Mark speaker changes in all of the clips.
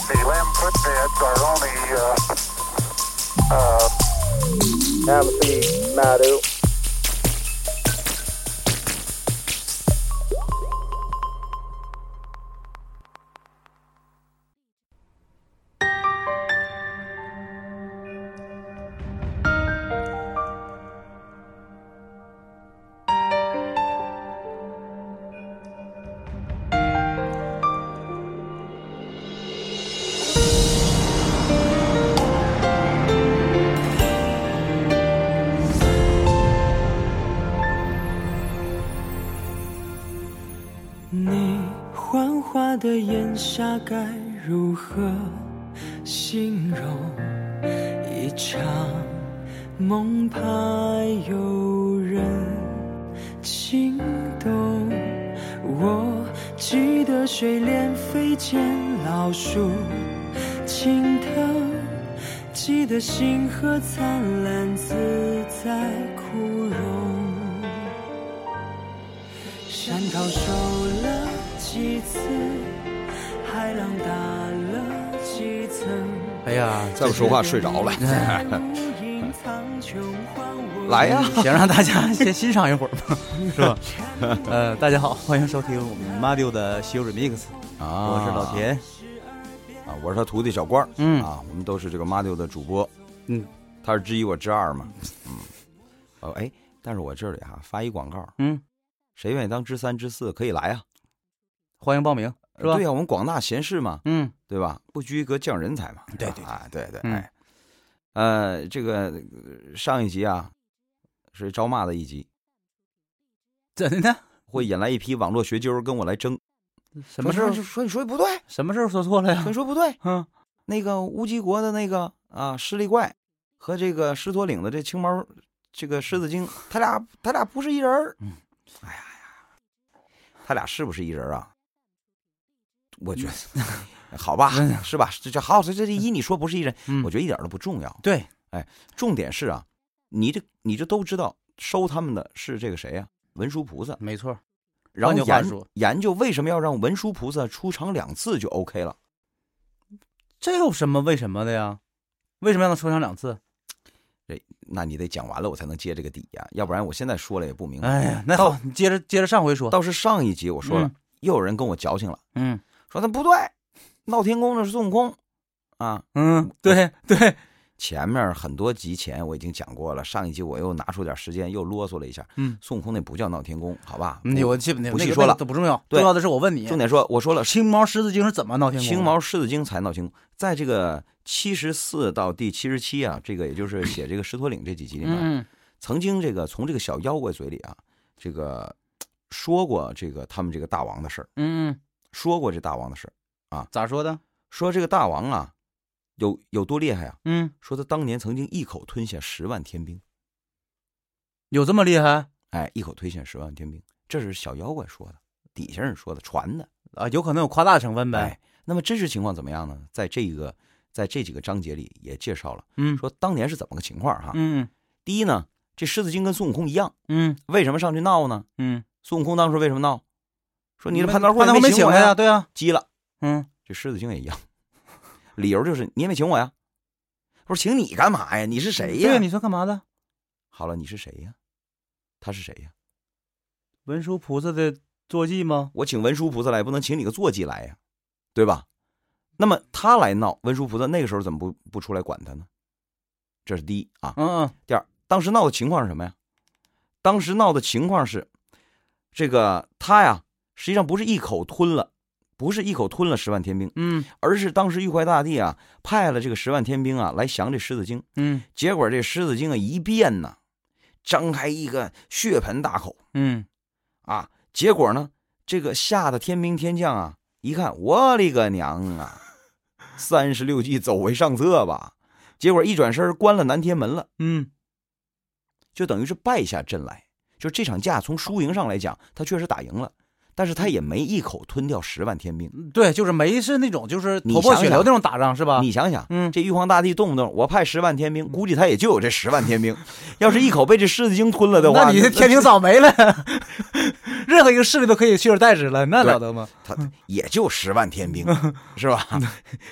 Speaker 1: input bits are only uh, uh, Amity Madu.
Speaker 2: 你幻化的眼下该如何形容一场梦怕有人心动？我记得水莲飞溅老树青藤，记得星河灿烂自在枯荣。山涛受了几次，海浪打了几层。
Speaker 3: 哎呀，再不说话睡着了。来哎呀，
Speaker 4: 想让大家先欣赏一会儿 吗？是吧？呃，大家好，欢迎收听我们 Madio 的《西游 Remix》，
Speaker 3: 啊
Speaker 4: 我是老田。
Speaker 3: 啊，我是他徒弟小官儿。
Speaker 4: 嗯
Speaker 3: 啊，我们都是这个 m a d i 的主播。
Speaker 4: 嗯，
Speaker 3: 他是之一，我之二嘛。嗯，哦，哎，但是我这里哈、发一广告，
Speaker 4: 嗯，
Speaker 3: 谁愿意当之三、之四可以来啊，
Speaker 4: 欢迎报名，是吧？
Speaker 3: 对呀、我们广大贤士嘛，
Speaker 4: 嗯，
Speaker 3: 对吧？不拘一格降人才嘛。
Speaker 4: 对
Speaker 3: 是吧啊，对对，
Speaker 4: 嗯
Speaker 3: 哎，呃，这个呃上一集啊是招骂的一集，
Speaker 4: 怎的呢？
Speaker 3: 会引来一批网络学究跟我来争。
Speaker 4: 什么时候
Speaker 3: 说说你说的不对，
Speaker 4: 什么时候说错了呀
Speaker 3: 说你？说不对，
Speaker 4: 嗯，
Speaker 3: 那个乌鸡国的那个啊狮力怪和这个狮驼岭的这青毛这个狮 子精，他俩他俩不是一人儿。
Speaker 4: 嗯，
Speaker 3: 哎呀呀，他俩是不是一人儿啊？我觉
Speaker 4: 嗯
Speaker 3: 得 好吧，是吧？这这好，这这这依你说不是一人，
Speaker 4: 嗯
Speaker 3: 我觉得一点儿都不重要。哎
Speaker 4: 对，
Speaker 3: 重点是啊，你这你这都知道，收他们的是这个谁呀、文殊菩萨，
Speaker 4: 没错，
Speaker 3: 然后
Speaker 4: 换句话
Speaker 3: 研
Speaker 4: 说
Speaker 3: 研究为什么要让文殊菩萨出场两次就 OK 了。
Speaker 4: 这有什么为什么的呀？为什么要能出场两次？
Speaker 3: 那你得讲完了，我才能接这个底呀、要不然我现在说了也不明白。
Speaker 4: 哎呀，那好，你接着接着上回说。
Speaker 3: 倒是上一集我说了，
Speaker 4: 嗯
Speaker 3: 又有人跟我矫情了，
Speaker 4: 嗯
Speaker 3: 说他不对，闹天宫的是孙悟空啊。
Speaker 4: 嗯，对对，
Speaker 3: 前面很多集前我已经讲过了，上一集我又拿出点时间又啰嗦了一下。
Speaker 4: 嗯，
Speaker 3: 孙悟空那不叫闹天宫，好吧？
Speaker 4: 你我记不那
Speaker 3: 嗯不
Speaker 4: 那
Speaker 3: 细
Speaker 4: 个
Speaker 3: 说
Speaker 4: 那个
Speaker 3: 了
Speaker 4: 都不重要，
Speaker 3: 对
Speaker 4: 重要的是我问你，
Speaker 3: 重点说，我说了，
Speaker 4: 青毛狮子精是怎么闹天宫啊的？
Speaker 3: 青毛狮子精才闹天宫，在这个七十四到第七十七啊，这个也就是写这个狮驼岭这几集里面，
Speaker 4: 嗯，嗯
Speaker 3: 曾经这个从这个小妖怪嘴里啊，这个说过这个他们这个大王的事儿，
Speaker 4: 嗯嗯，
Speaker 3: 说过这大王的事儿，啊
Speaker 4: 咋说的？
Speaker 3: 说这个大王啊，有有多厉害啊？
Speaker 4: 嗯，
Speaker 3: 说他当年曾经一口吞下十万天兵，
Speaker 4: 有这么厉害
Speaker 3: 哎，一口吞下十万天兵，这是小妖怪说的，底下人说的，传的。
Speaker 4: 啊？有可能有夸大的成分呗
Speaker 3: 哎。，那么真实情况怎么样呢？在这个在这几个章节里也介绍了，
Speaker 4: 嗯
Speaker 3: 说当年是怎么个情况哈。
Speaker 4: 嗯
Speaker 3: 第一呢，这狮子精跟孙悟空一样，
Speaker 4: 嗯
Speaker 3: 为什么上去闹呢？
Speaker 4: 嗯，
Speaker 3: 孙悟空当时为什么闹？说你的
Speaker 4: 们
Speaker 3: 蟠桃
Speaker 4: 蟠桃
Speaker 3: 会啊
Speaker 4: 没
Speaker 3: 请
Speaker 4: 请
Speaker 3: 我
Speaker 4: 他呀？，对啊呀，
Speaker 3: 急了。
Speaker 4: 嗯，
Speaker 3: 这狮子精也一样， 理由就是你也没请我呀。我说请你干嘛呀？你是谁哎呀？
Speaker 4: 对呀，啊你说干嘛的？
Speaker 3: 好了，你是谁呀？他是谁呀？
Speaker 4: 文殊菩萨的坐骑吗？
Speaker 3: 我请文殊菩萨来，也不能请你个坐骑来呀，对吧？那么他来闹，文殊菩萨那个时候怎么不不出来管他呢？这是第一啊。
Speaker 4: 嗯嗯，
Speaker 3: 第二，当时闹的情况是什么呀？当时闹的情况是，这个他呀，实际上不是一口吞了，不是一口吞了十万天兵，
Speaker 4: 嗯
Speaker 3: 而是当时玉怀大帝啊派了这个十万天兵啊来降这狮子精，
Speaker 4: 嗯
Speaker 3: 结果这狮子精啊一变呐，张开一个血盆大口。
Speaker 4: 嗯，
Speaker 3: 啊，结果呢，这个吓得天兵天将啊，一看，我勒个娘啊，三十六计，走为上策吧。结果一转身关了南天门了，
Speaker 4: 嗯，
Speaker 3: 就等于是败下阵来。就这场架从输赢上来讲，他确实打赢了，但是他也没一口吞掉十万天兵。
Speaker 4: 对，就是没是那种就是
Speaker 3: 你
Speaker 4: 头破
Speaker 3: 想
Speaker 4: 血
Speaker 3: 想
Speaker 4: 流那种打仗是吧？
Speaker 3: 你想想，
Speaker 4: 嗯
Speaker 3: 这玉皇大帝动不动我派十万天兵，估计他也就有这十万天兵。要是一口被这狮子精吞了的
Speaker 4: 嗯
Speaker 3: 话，
Speaker 4: 那你的天平早没了，任何一个势力都可以取而代之了，那
Speaker 3: 对
Speaker 4: 了得吗？
Speaker 3: 他也就十万天兵， 是 吧？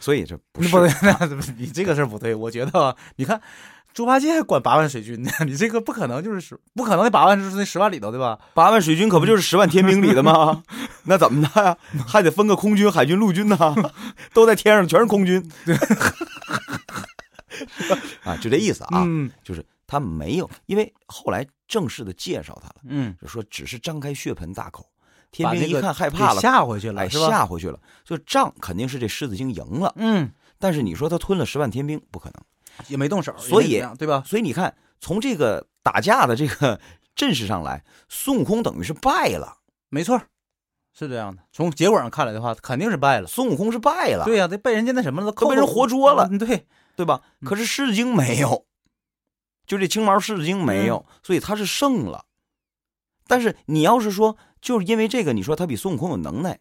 Speaker 3: 所以这
Speaker 4: 嗯
Speaker 3: 不
Speaker 4: 那
Speaker 3: 是
Speaker 4: 不对，那不你这个事儿不对，我觉得啊，你看猪八戒还管八万水军呢，你这个不可能就是十，不可能那八万就是那十万里头对吧？
Speaker 3: 八万水军可不就是十万天兵里 的吗？那怎么的呀？还得分个空军、海军、陆军呐、 都在天上全是空军。 啊，就这意思啊，
Speaker 4: 嗯
Speaker 3: 就是他没有，因为后来正式的介绍他了，
Speaker 4: 嗯，
Speaker 3: 就说只是张开血盆大口，天
Speaker 4: 把
Speaker 3: 兵
Speaker 4: 那
Speaker 3: 一
Speaker 4: 个
Speaker 3: 看害
Speaker 4: 给
Speaker 3: 怕了，
Speaker 4: 吓回去了
Speaker 3: 哎，
Speaker 4: 是吧？
Speaker 3: 吓回去了。就仗肯定是这狮子精赢了，
Speaker 4: 嗯，
Speaker 3: 但是你说他吞了十万天兵，不可能。
Speaker 4: 也没动手，
Speaker 3: 所以
Speaker 4: 也没怎样对吧？
Speaker 3: 所以你看，从这个打架的这个阵势上来，孙悟空等于是败了，
Speaker 4: 没错，是这样的。从结果上看来的话，肯定是败了。
Speaker 3: 孙悟空是败了，
Speaker 4: 对呀、得被人家那什么了，
Speaker 3: 都
Speaker 4: 扣
Speaker 3: 被人活捉了
Speaker 4: 嗯对，
Speaker 3: 对吧？
Speaker 4: 嗯
Speaker 3: 可是狮子精没有，就这青毛狮子精没有，
Speaker 4: 嗯
Speaker 3: 所以他是胜了。但是你要是说，就是因为这个，你说他比孙悟空有能耐，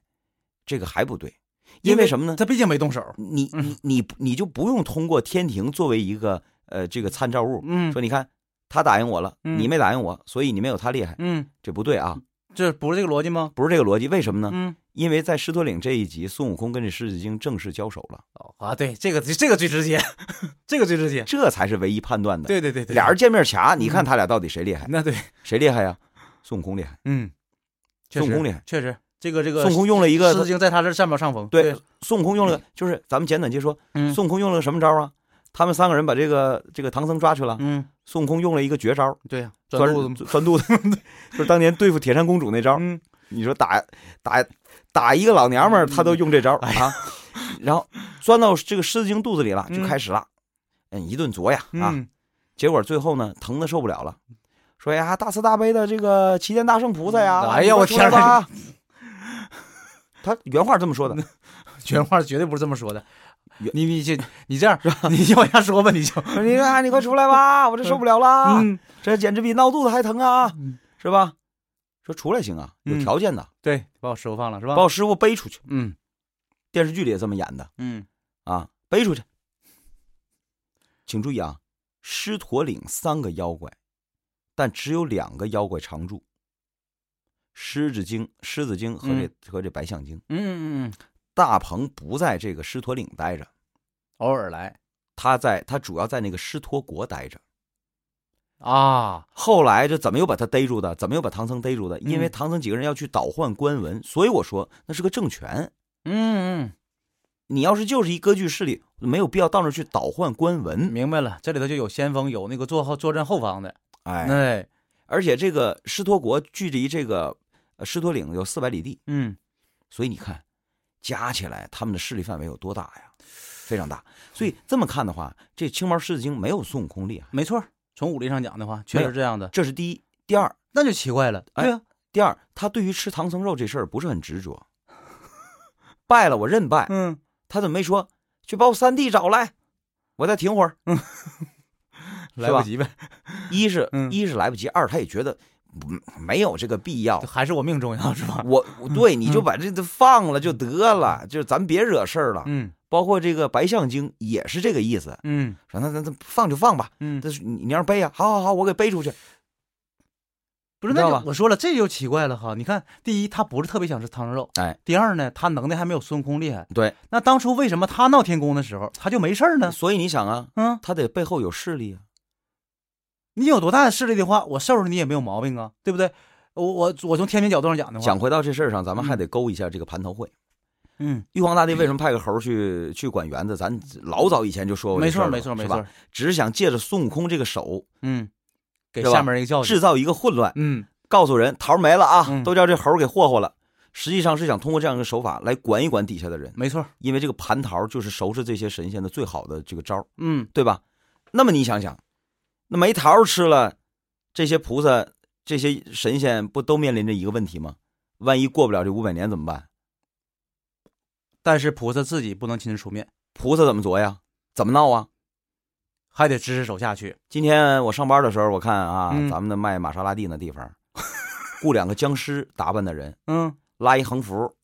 Speaker 3: 这个还不对，因为什么呢？
Speaker 4: 他毕嗯竟没动手。
Speaker 3: 你你你你就不用通过天庭作为一个呃这个参照物，
Speaker 4: 嗯
Speaker 3: 说你看他打赢我了，
Speaker 4: 嗯
Speaker 3: 你没打赢我，所以你没有他厉害，
Speaker 4: 嗯，
Speaker 3: 这不对啊，
Speaker 4: 这不是这个逻辑吗？
Speaker 3: 不是这个逻辑。为什么呢？
Speaker 4: 嗯，
Speaker 3: 因为在狮驼岭这一集，孙悟空跟这狮子精正式交手了，
Speaker 4: 哦啊，对，这个这个最直接， 这个最直接。
Speaker 3: 这才是唯一判断的。
Speaker 4: 对对对对，嗯
Speaker 3: 俩人见面掐，你看他俩到底谁厉害？
Speaker 4: 那对，
Speaker 3: 谁厉害呀？孙悟空厉害。
Speaker 4: 嗯，确
Speaker 3: 孙悟
Speaker 4: 实
Speaker 3: 空厉害，
Speaker 4: 确实，这个这个
Speaker 3: 孙悟空用了一
Speaker 4: 狮子
Speaker 3: 个，
Speaker 4: 精在他这儿占不了上风。
Speaker 3: 对，孙悟空用了个，就是咱们简短截说，
Speaker 4: 嗯
Speaker 3: 孙悟空用了个什么招啊？他们三个人把这个这个唐僧抓去了，
Speaker 4: 嗯，
Speaker 3: 孙悟空用了一个绝招，
Speaker 4: 对呀，
Speaker 3: 钻
Speaker 4: 钻肚子。
Speaker 3: 钻肚子， 就是当年对付铁扇公主那招。
Speaker 4: 嗯，
Speaker 3: 你说打打打一个老娘们儿，他都用这招
Speaker 4: 嗯哎
Speaker 3: 啊。然后钻到这个狮子精肚子里了，
Speaker 4: 嗯
Speaker 3: 就开始了，嗯，一顿啄呀啊。
Speaker 4: 嗯，
Speaker 3: 结果最后呢，疼的受不了了，说哎呀，大慈大悲的这个齐天大圣菩萨呀，
Speaker 4: 哎呀我
Speaker 3: 你快出来
Speaker 4: 天儿
Speaker 3: 吧！他原话这么说 的，
Speaker 4: 原话绝对不是这么说的。
Speaker 3: 原
Speaker 4: 你你这你这样，你就往下说吧，你就
Speaker 3: 说你看你快出来吧，我这受不了啦，
Speaker 4: 嗯，
Speaker 3: 这简直比闹肚子还疼啊
Speaker 4: 嗯，
Speaker 3: 是吧？说出来行啊，有
Speaker 4: 嗯
Speaker 3: 条件的，
Speaker 4: 对，把我师傅放了是吧
Speaker 3: 把？我师傅背出去。
Speaker 4: 嗯
Speaker 3: 电视剧里也这么演的
Speaker 4: 嗯，
Speaker 3: 啊，背出去。请注意啊，狮驼岭三个妖怪，但只有两个妖怪常驻：狮子精、狮子精和这、和这白象精。
Speaker 4: 嗯嗯嗯，
Speaker 3: 大鹏不在这个狮驼岭待着，
Speaker 4: 偶尔来
Speaker 3: 他在他主要在那个狮驼国待着。
Speaker 4: 啊，
Speaker 3: 后来这怎么又把他逮住的？怎么又把唐僧逮住的？因为
Speaker 4: 嗯
Speaker 3: 唐僧几个人要去倒换官文，所以我说那是个政权。
Speaker 4: 嗯
Speaker 3: 你要是就是一割据势力，没有必要到那儿去倒换官
Speaker 4: 嗯，
Speaker 3: 文。
Speaker 4: 明白了，这里头就有先锋，有那个坐后坐镇后方的，
Speaker 3: 哎，
Speaker 4: 哎，
Speaker 3: 而且这个狮驼国距离这个呃狮驼岭有四百里地，
Speaker 4: 嗯，
Speaker 3: 所以你看，加起来他们的势力范围有多大呀？非常大。所以这么看的话，这青毛狮子精没有孙悟空厉害，
Speaker 4: 没错儿，从武力上讲的话，
Speaker 3: 没
Speaker 4: 确
Speaker 3: 有
Speaker 4: 实这样的，
Speaker 3: 这是第一。第二，
Speaker 4: 那就奇怪了，
Speaker 3: 哎
Speaker 4: 对啊，
Speaker 3: 第二，他对于吃唐僧肉这事儿不是很执着，败了我认败，
Speaker 4: 嗯，
Speaker 3: 他怎么没说去把我三弟找来，我再停会
Speaker 4: 嗯
Speaker 3: 儿？
Speaker 4: 来不及呗，
Speaker 3: 一是、
Speaker 4: 嗯
Speaker 3: 一是来不及，二他也觉得嗯没有这个必要。
Speaker 4: 还是我命重要是 吧？
Speaker 3: 我我对你就
Speaker 4: 嗯
Speaker 3: 把这都放了就得了，就咱别惹事儿了。
Speaker 4: 嗯
Speaker 3: 包括这个白象精也是这个意思，
Speaker 4: 嗯
Speaker 3: 说那那那放就放吧，
Speaker 4: 嗯，
Speaker 3: 这是你你让背啊，好好好，我给背出去。
Speaker 4: 不是，
Speaker 3: 你知
Speaker 4: 那就
Speaker 3: 道吧
Speaker 4: 我说了，这就奇怪了哈。你看，第一，他不是特别想吃唐僧肉，
Speaker 3: 哎；
Speaker 4: 第二呢，他能耐还没有孙悟空厉害。
Speaker 3: 对，
Speaker 4: 那当初为什么他闹天宫的时候他就没事儿呢？
Speaker 3: 所以你想啊，
Speaker 4: 嗯，
Speaker 3: 他得背后有势力啊。
Speaker 4: 你有多大的势力的话，我收拾你也没有毛病啊，对不对？我我我从天平角度上讲的话，
Speaker 3: 讲回到这事儿上，咱们还得勾一下这个蟠桃会。
Speaker 4: 嗯，
Speaker 3: 玉皇大帝为什么派个猴去去管园子？咱老早以前就说过这
Speaker 4: 没
Speaker 3: 事儿
Speaker 4: 错
Speaker 3: 了，
Speaker 4: 没错没
Speaker 3: 是吧
Speaker 4: 错，，
Speaker 3: 只是想借着孙悟空这个手
Speaker 4: 嗯，给
Speaker 3: 是吧
Speaker 4: 下面一个教训，
Speaker 3: 制造一个混乱，
Speaker 4: 嗯，
Speaker 3: 告诉人桃儿没了啊，
Speaker 4: 哦嗯
Speaker 3: 都叫这猴儿给霍霍了。实际上是想通过这样一个手法来管一管底下的人，
Speaker 4: 没错，
Speaker 3: 因为这个蟠桃就是收拾这些神仙的最好的这个招儿，
Speaker 4: 嗯，
Speaker 3: 对吧？那么你想想，那没桃儿吃了，这些菩萨、这些神仙不都面临着一个问题吗？万一过不了这五百年怎么办？
Speaker 4: 但是菩萨自己不能亲自出面，
Speaker 3: 菩萨怎么琢呀？怎么闹啊？
Speaker 4: 还得支持手下去，
Speaker 3: 今天我上班的时候，我看啊，
Speaker 4: 嗯
Speaker 3: 咱们的卖玛莎拉蒂那地方，雇两个僵尸打扮的人
Speaker 4: 嗯，
Speaker 3: 拉一横幅，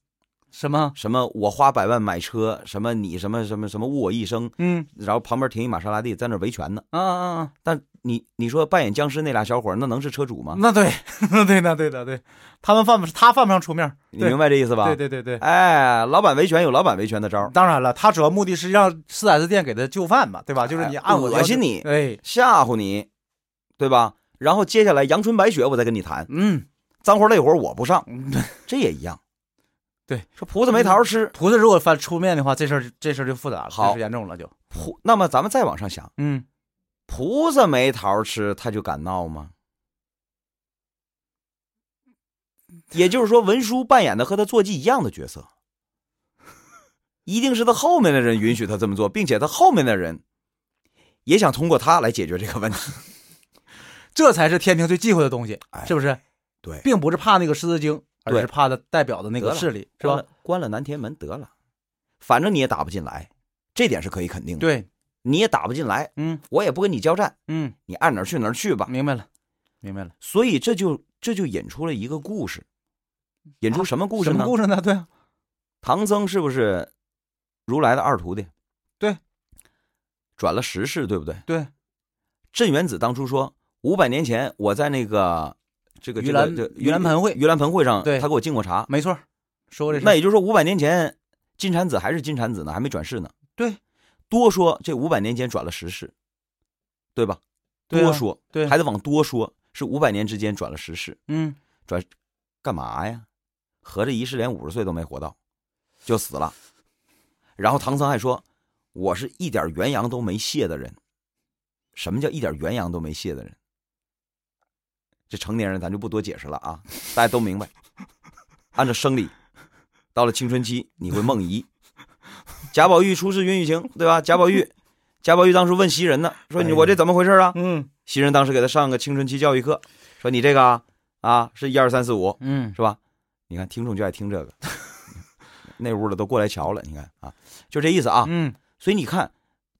Speaker 4: 什么？
Speaker 3: 什么我花百万买车，什么你什么什么什么误我一生，
Speaker 4: 嗯
Speaker 3: 然后旁边停一玛莎拉蒂在那儿维权呢。
Speaker 4: 啊啊啊！
Speaker 3: 但你你说扮演僵尸那俩小伙儿，那能是车主吗？
Speaker 4: 那对， 那对，那对的，对，他们犯不他犯不上出面儿，
Speaker 3: 你
Speaker 4: 对
Speaker 3: 明白这意思吧？
Speaker 4: 对对对对。
Speaker 3: 哎，老板维权有老板维权的招儿，
Speaker 4: 当然了，他主要目的是让四 S 店给他就范嘛，对吧？就是你
Speaker 3: 哎
Speaker 4: 按我的
Speaker 3: 恶
Speaker 4: 要求
Speaker 3: 心你，
Speaker 4: 哎，
Speaker 3: 吓唬你，对吧？然后接下来阳春白雪我再跟你谈，
Speaker 4: 嗯，
Speaker 3: 脏活累活我不上，
Speaker 4: 嗯
Speaker 3: 这也一样。
Speaker 4: 对，嗯
Speaker 3: 说葡萄没桃吃，
Speaker 4: 菩萨如果犯出面的话，这事儿这事儿就复杂了，
Speaker 3: 好
Speaker 4: 这事儿严重了就，
Speaker 3: 葡那么咱们再往上想，
Speaker 4: 嗯，
Speaker 3: 菩萨没桃吃，他就敢闹吗？
Speaker 4: 嗯
Speaker 3: 也就是说，文书扮演的和他坐骑一样的角色，一定是他后面的人允许他这么做，并且他后面的人也想通过他来解决这个问题。
Speaker 4: 这才是天庭最忌讳的东西，
Speaker 3: 哎
Speaker 4: 是不是？
Speaker 3: 对
Speaker 4: 并不是怕那个狮子精，而
Speaker 3: 对
Speaker 4: 是怕他代表的那
Speaker 3: 得
Speaker 4: 个
Speaker 3: 了
Speaker 4: 势力，是
Speaker 3: 关
Speaker 4: 吧
Speaker 3: 了？关了南天门得了，反正你也打不进来，这点是可以肯定的。，
Speaker 4: 对，
Speaker 3: 你也打不进来，
Speaker 4: 嗯
Speaker 3: 我也不跟你交战，
Speaker 4: 嗯，
Speaker 3: 你爱哪儿去哪儿去吧。
Speaker 4: 明白了，明白了。
Speaker 3: 所以这就这就引出了一个故事，引出什么故事
Speaker 4: 啊什
Speaker 3: 呢？
Speaker 4: 么故事呢？对啊，
Speaker 3: 唐僧是不是如来的二徒弟？
Speaker 4: 对，
Speaker 3: 转了十世，对不对？
Speaker 4: 对，
Speaker 3: 镇元子当初说，五百年前我在那个这个
Speaker 4: 盂兰
Speaker 3: 这个
Speaker 4: 盂兰盆会
Speaker 3: 盂兰盆会上，
Speaker 4: 对
Speaker 3: 他给我敬过茶。
Speaker 4: 没错儿，说过这事
Speaker 3: 那
Speaker 4: 儿。
Speaker 3: 也就是说，五百年前金蝉子还是金蝉子呢，还没转世呢。
Speaker 4: 对，
Speaker 3: 多说这五百年间转了十世，对吧？
Speaker 4: 对啊
Speaker 3: 多说，
Speaker 4: 对
Speaker 3: 还得往多说，是五百年之间转了十世，
Speaker 4: 嗯，
Speaker 3: 干嘛呀？合着一世连五十岁都没活到，就死了。然后唐僧还说：“我是一点元阳都没泄的人。”什么叫一点元阳都没泄的人？这成年人咱就不多解释了啊，大家都明白。按照生理，到了青春期你会梦遗。贾宝玉出世云雨情，对吧？贾宝玉，贾宝玉当时问袭人呢，说你我这怎么回事啊？
Speaker 4: 嗯
Speaker 3: 袭人当时给他上个青春期教育课，说你这个啊啊是一二三四五，
Speaker 4: 嗯，
Speaker 3: 是吧？你看听众就爱听这个， 那屋的都过来瞧了，你看啊，就这意思啊。
Speaker 4: 嗯，
Speaker 3: 所以你看，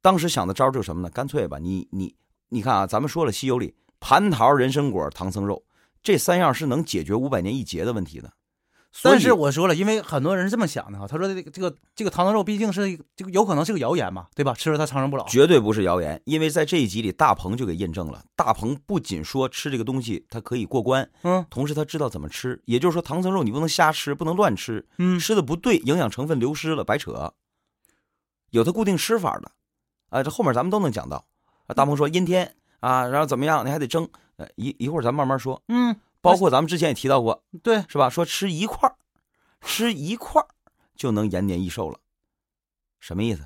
Speaker 3: 当时想的招儿就是什么呢？干脆吧，你你你看啊，咱们说了《西游》里蟠桃、人参果、唐僧肉这三样是能解决五百年一劫的问题的。所以
Speaker 4: 但是我说了，因为很多人是这么想的哈，他说这个这个这个唐僧肉毕竟是一个这个有可能是个谣言嘛，对吧？吃了它长生不老。
Speaker 3: 绝对不是谣言，因为在这一集里，大鹏就给验证了。大鹏不仅说吃这个东西它可以过关，
Speaker 4: 嗯
Speaker 3: 同时他知道怎么吃，也就是说唐僧肉你不能瞎吃，不能乱吃，
Speaker 4: 嗯，
Speaker 3: 吃的不对，营养成分流失了，白扯。有它固定吃法的，啊，这后面咱们都能讲到。啊，大鹏说阴天啊，然后怎么样，你还得蒸，呃，一一会儿咱慢慢说。
Speaker 4: 嗯，
Speaker 3: 包括咱们之前也提到过，
Speaker 4: 对，
Speaker 3: 是吧？说吃一块儿，吃一块儿就能延年益寿了，什么意思？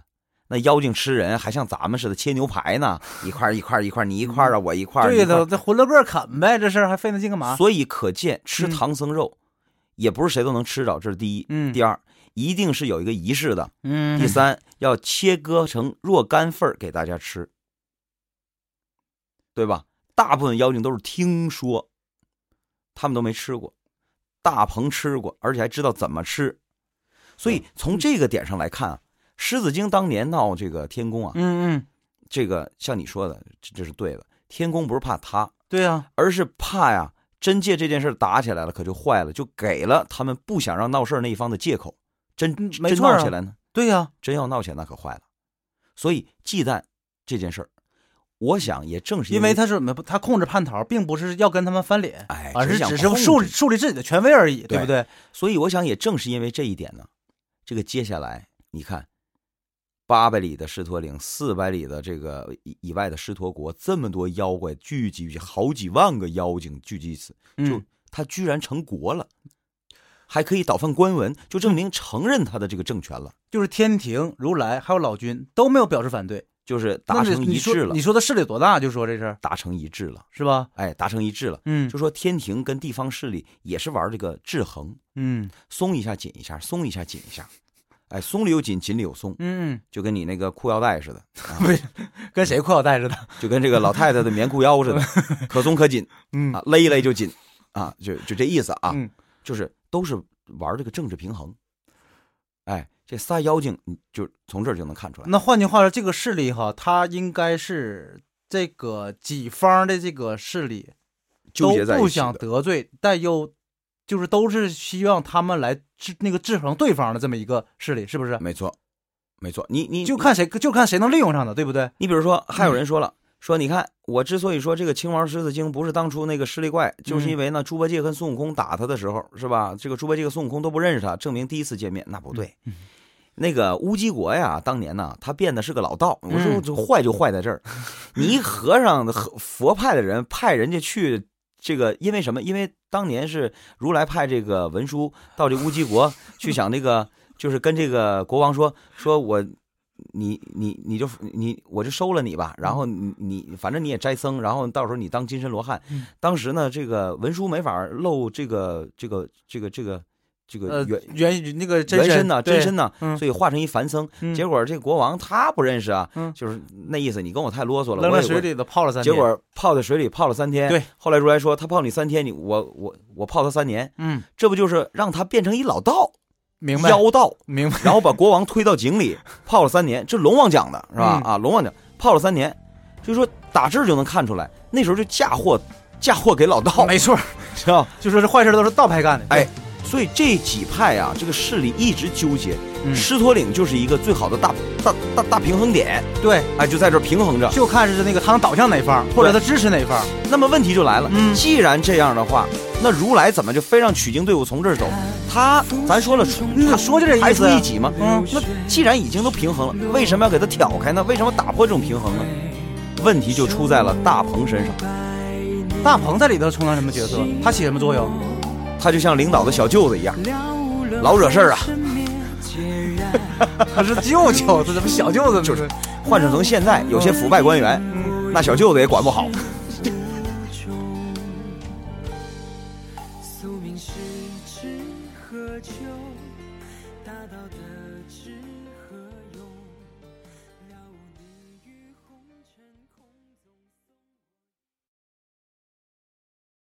Speaker 3: 那妖精吃人还像咱们似的切牛排呢，一块儿一块儿一块儿，你一块儿啊，我一块儿，
Speaker 4: 嗯
Speaker 3: 你
Speaker 4: 对
Speaker 3: 一块
Speaker 4: 的，
Speaker 3: 儿
Speaker 4: 这混了个啃呗，这事儿还费那劲干嘛？
Speaker 3: 所以可见，吃
Speaker 4: 嗯
Speaker 3: 唐僧肉也不是谁都能吃着，这是第一。
Speaker 4: 嗯
Speaker 3: 第二，一定是有一个仪式的。
Speaker 4: 嗯，
Speaker 3: 第三，要切割成若干份儿给大家吃，对吧？大部分妖精都是听说，他们都没吃过。大鹏吃过，而且还知道怎么吃，所
Speaker 4: 嗯
Speaker 3: 以从这个点上来看啊，狮子精当年闹这个天宫啊，
Speaker 4: 嗯嗯，
Speaker 3: 这个像你说的，这这是对的。天宫不是怕他，
Speaker 4: 对啊呀，
Speaker 3: 而是怕呀，真借这件事儿打起来了，可就坏了，就给了他们不想让闹事儿那一方的借口。真
Speaker 4: 嗯没
Speaker 3: 真
Speaker 4: 错
Speaker 3: 闹
Speaker 4: 啊
Speaker 3: 起来呢，
Speaker 4: 对呀，
Speaker 3: 真要闹起来那可坏了。所以忌惮这件事儿，我想也正是
Speaker 4: 因为
Speaker 3: 为
Speaker 4: 他是没他控制蟠桃，并不是要跟他们翻脸，
Speaker 3: 哎，
Speaker 4: 而啊是
Speaker 3: 想
Speaker 4: 只是
Speaker 3: 控制
Speaker 4: 树树立自己的权威而已，
Speaker 3: 对
Speaker 4: 对不对？
Speaker 3: 所以我想也正是因为这一点呢，这个接下来你看，八百里的狮驼岭，四百里的这个以以外的狮驼国，这么多妖怪聚集，好几万个妖精聚集一起，就
Speaker 4: 嗯，
Speaker 3: 他居然成国了，还可以倒翻官文，就
Speaker 4: 嗯
Speaker 3: 证明承认他的这个政权了，
Speaker 4: 就是天庭、如来还有老君都没有表示反对，
Speaker 3: 就是
Speaker 4: 那
Speaker 3: 达
Speaker 4: 你
Speaker 3: 成一致
Speaker 4: 你说
Speaker 3: 了
Speaker 4: 你，说的势力多大？就说这事儿
Speaker 3: 达成一致了，
Speaker 4: 是吧？
Speaker 3: 哎，达成一致了。
Speaker 4: 嗯
Speaker 3: 就说天庭跟地方势力也是玩这个制衡，
Speaker 4: 嗯
Speaker 3: 松一下紧一下，松一下紧一下，哎，松里有紧，紧里有松，
Speaker 4: 嗯，
Speaker 3: 就跟你那个裤腰带似的，
Speaker 4: 嗯跟谁裤腰带似的？
Speaker 3: 就跟这个老太太的棉裤腰似 的，可松可紧
Speaker 4: 嗯
Speaker 3: 啊，勒一勒就紧啊，就就这意思啊，
Speaker 4: 嗯
Speaker 3: 就是都是玩这个政治平衡。哎，这仨妖精，你就从这儿就能看出来。
Speaker 4: 那换句话说，这个势力哈，它应该是这个己方的这个势力
Speaker 3: 纠结
Speaker 4: 都
Speaker 3: 在
Speaker 4: 不
Speaker 3: 一起
Speaker 4: 想
Speaker 3: 的。
Speaker 4: 得罪，但又就是都是希望他们来制那个制衡对方的这么一个势力，是不是？
Speaker 3: 没错，没错。你你
Speaker 4: 就看谁就看谁能利用上的，对不对？
Speaker 3: 你比如说，还有人说了，说你看我之所以说这个青王狮子精不是当初那个势力怪，就是因为呢猪八戒跟孙悟空打他的时候，是吧？这个猪八戒和孙悟空都不认识他，证明第一次见面那不对。那个乌鸡国呀，当年呢，他变的是个老道。我说这坏就坏在这儿，你一和尚佛派的人派人家去这个，因为什么？因为当年是如来派这个文殊到这乌 鸡国去想那个，就是跟这个国王说，说我你你你就你我就收了你吧，然后你你反正你也斋僧，然后到时候你当金身罗汉。
Speaker 4: 嗯
Speaker 3: 当时呢，这个文殊没法露这个这个这个这个。这个这个
Speaker 4: 原呃原那个
Speaker 3: 原身呐，真身呐，
Speaker 4: 嗯
Speaker 3: 所以化成一凡僧。
Speaker 4: 嗯
Speaker 3: 结果这国王他不认识啊，
Speaker 4: 嗯
Speaker 3: 就是那意思，你跟我太啰嗦了。
Speaker 4: 扔
Speaker 3: 我
Speaker 4: 在
Speaker 3: 也
Speaker 4: 水里头泡了三
Speaker 3: 结
Speaker 4: 天，
Speaker 3: 果泡在水里泡了三天。
Speaker 4: 对，
Speaker 3: 后来如来说他泡你三天，你我我我泡他三年，
Speaker 4: 嗯，
Speaker 3: 这不就是让他变成一老道
Speaker 4: 明白
Speaker 3: 妖道，
Speaker 4: 明白，
Speaker 3: 然后把国王推到井里泡了三年。这龙王讲的是吧？
Speaker 4: 嗯
Speaker 3: 啊，龙王讲泡了三年，就说打这儿就能看出来，那时候就嫁祸嫁祸给老道，
Speaker 4: 没错，
Speaker 3: 知道吧？
Speaker 4: 就说这坏事都是道派干的。
Speaker 3: 哎，所以这几派啊，这个势力一直纠结。
Speaker 4: 嗯
Speaker 3: 狮驼岭就是一个最好的大大大大平衡点，
Speaker 4: 对，
Speaker 3: 哎，就在这儿平衡着。
Speaker 4: 就看是那个他能倒向哪方，或者他支持哪方。
Speaker 3: 那么问题就来了，
Speaker 4: 嗯
Speaker 3: 既然这样的话，那如来怎么就非让取经队伍从这儿
Speaker 4: 哎
Speaker 3: 走？他咱说了，嗯他
Speaker 4: 说就这
Speaker 3: 排
Speaker 4: 意
Speaker 3: 除
Speaker 4: 思呀
Speaker 3: 异己嘛。
Speaker 4: 嗯
Speaker 3: 那既然已经都平衡了，为什么要给他挑开呢？为什么打破这种平衡呢？问题就出在了大鹏身上，
Speaker 4: 大鹏在里头充当什么角色？他起什么作用？
Speaker 3: 他就像领导的小舅子一样，老
Speaker 2: 老
Speaker 3: 惹
Speaker 2: 惹
Speaker 3: 事
Speaker 2: 事儿
Speaker 3: 儿啊
Speaker 2: 啊。
Speaker 4: 他是舅舅，这怎么小舅子？就是
Speaker 3: 换成从现在有些腐败官员，那小舅子也管不好。
Speaker 2: 宿命是只何求，大道的智慧。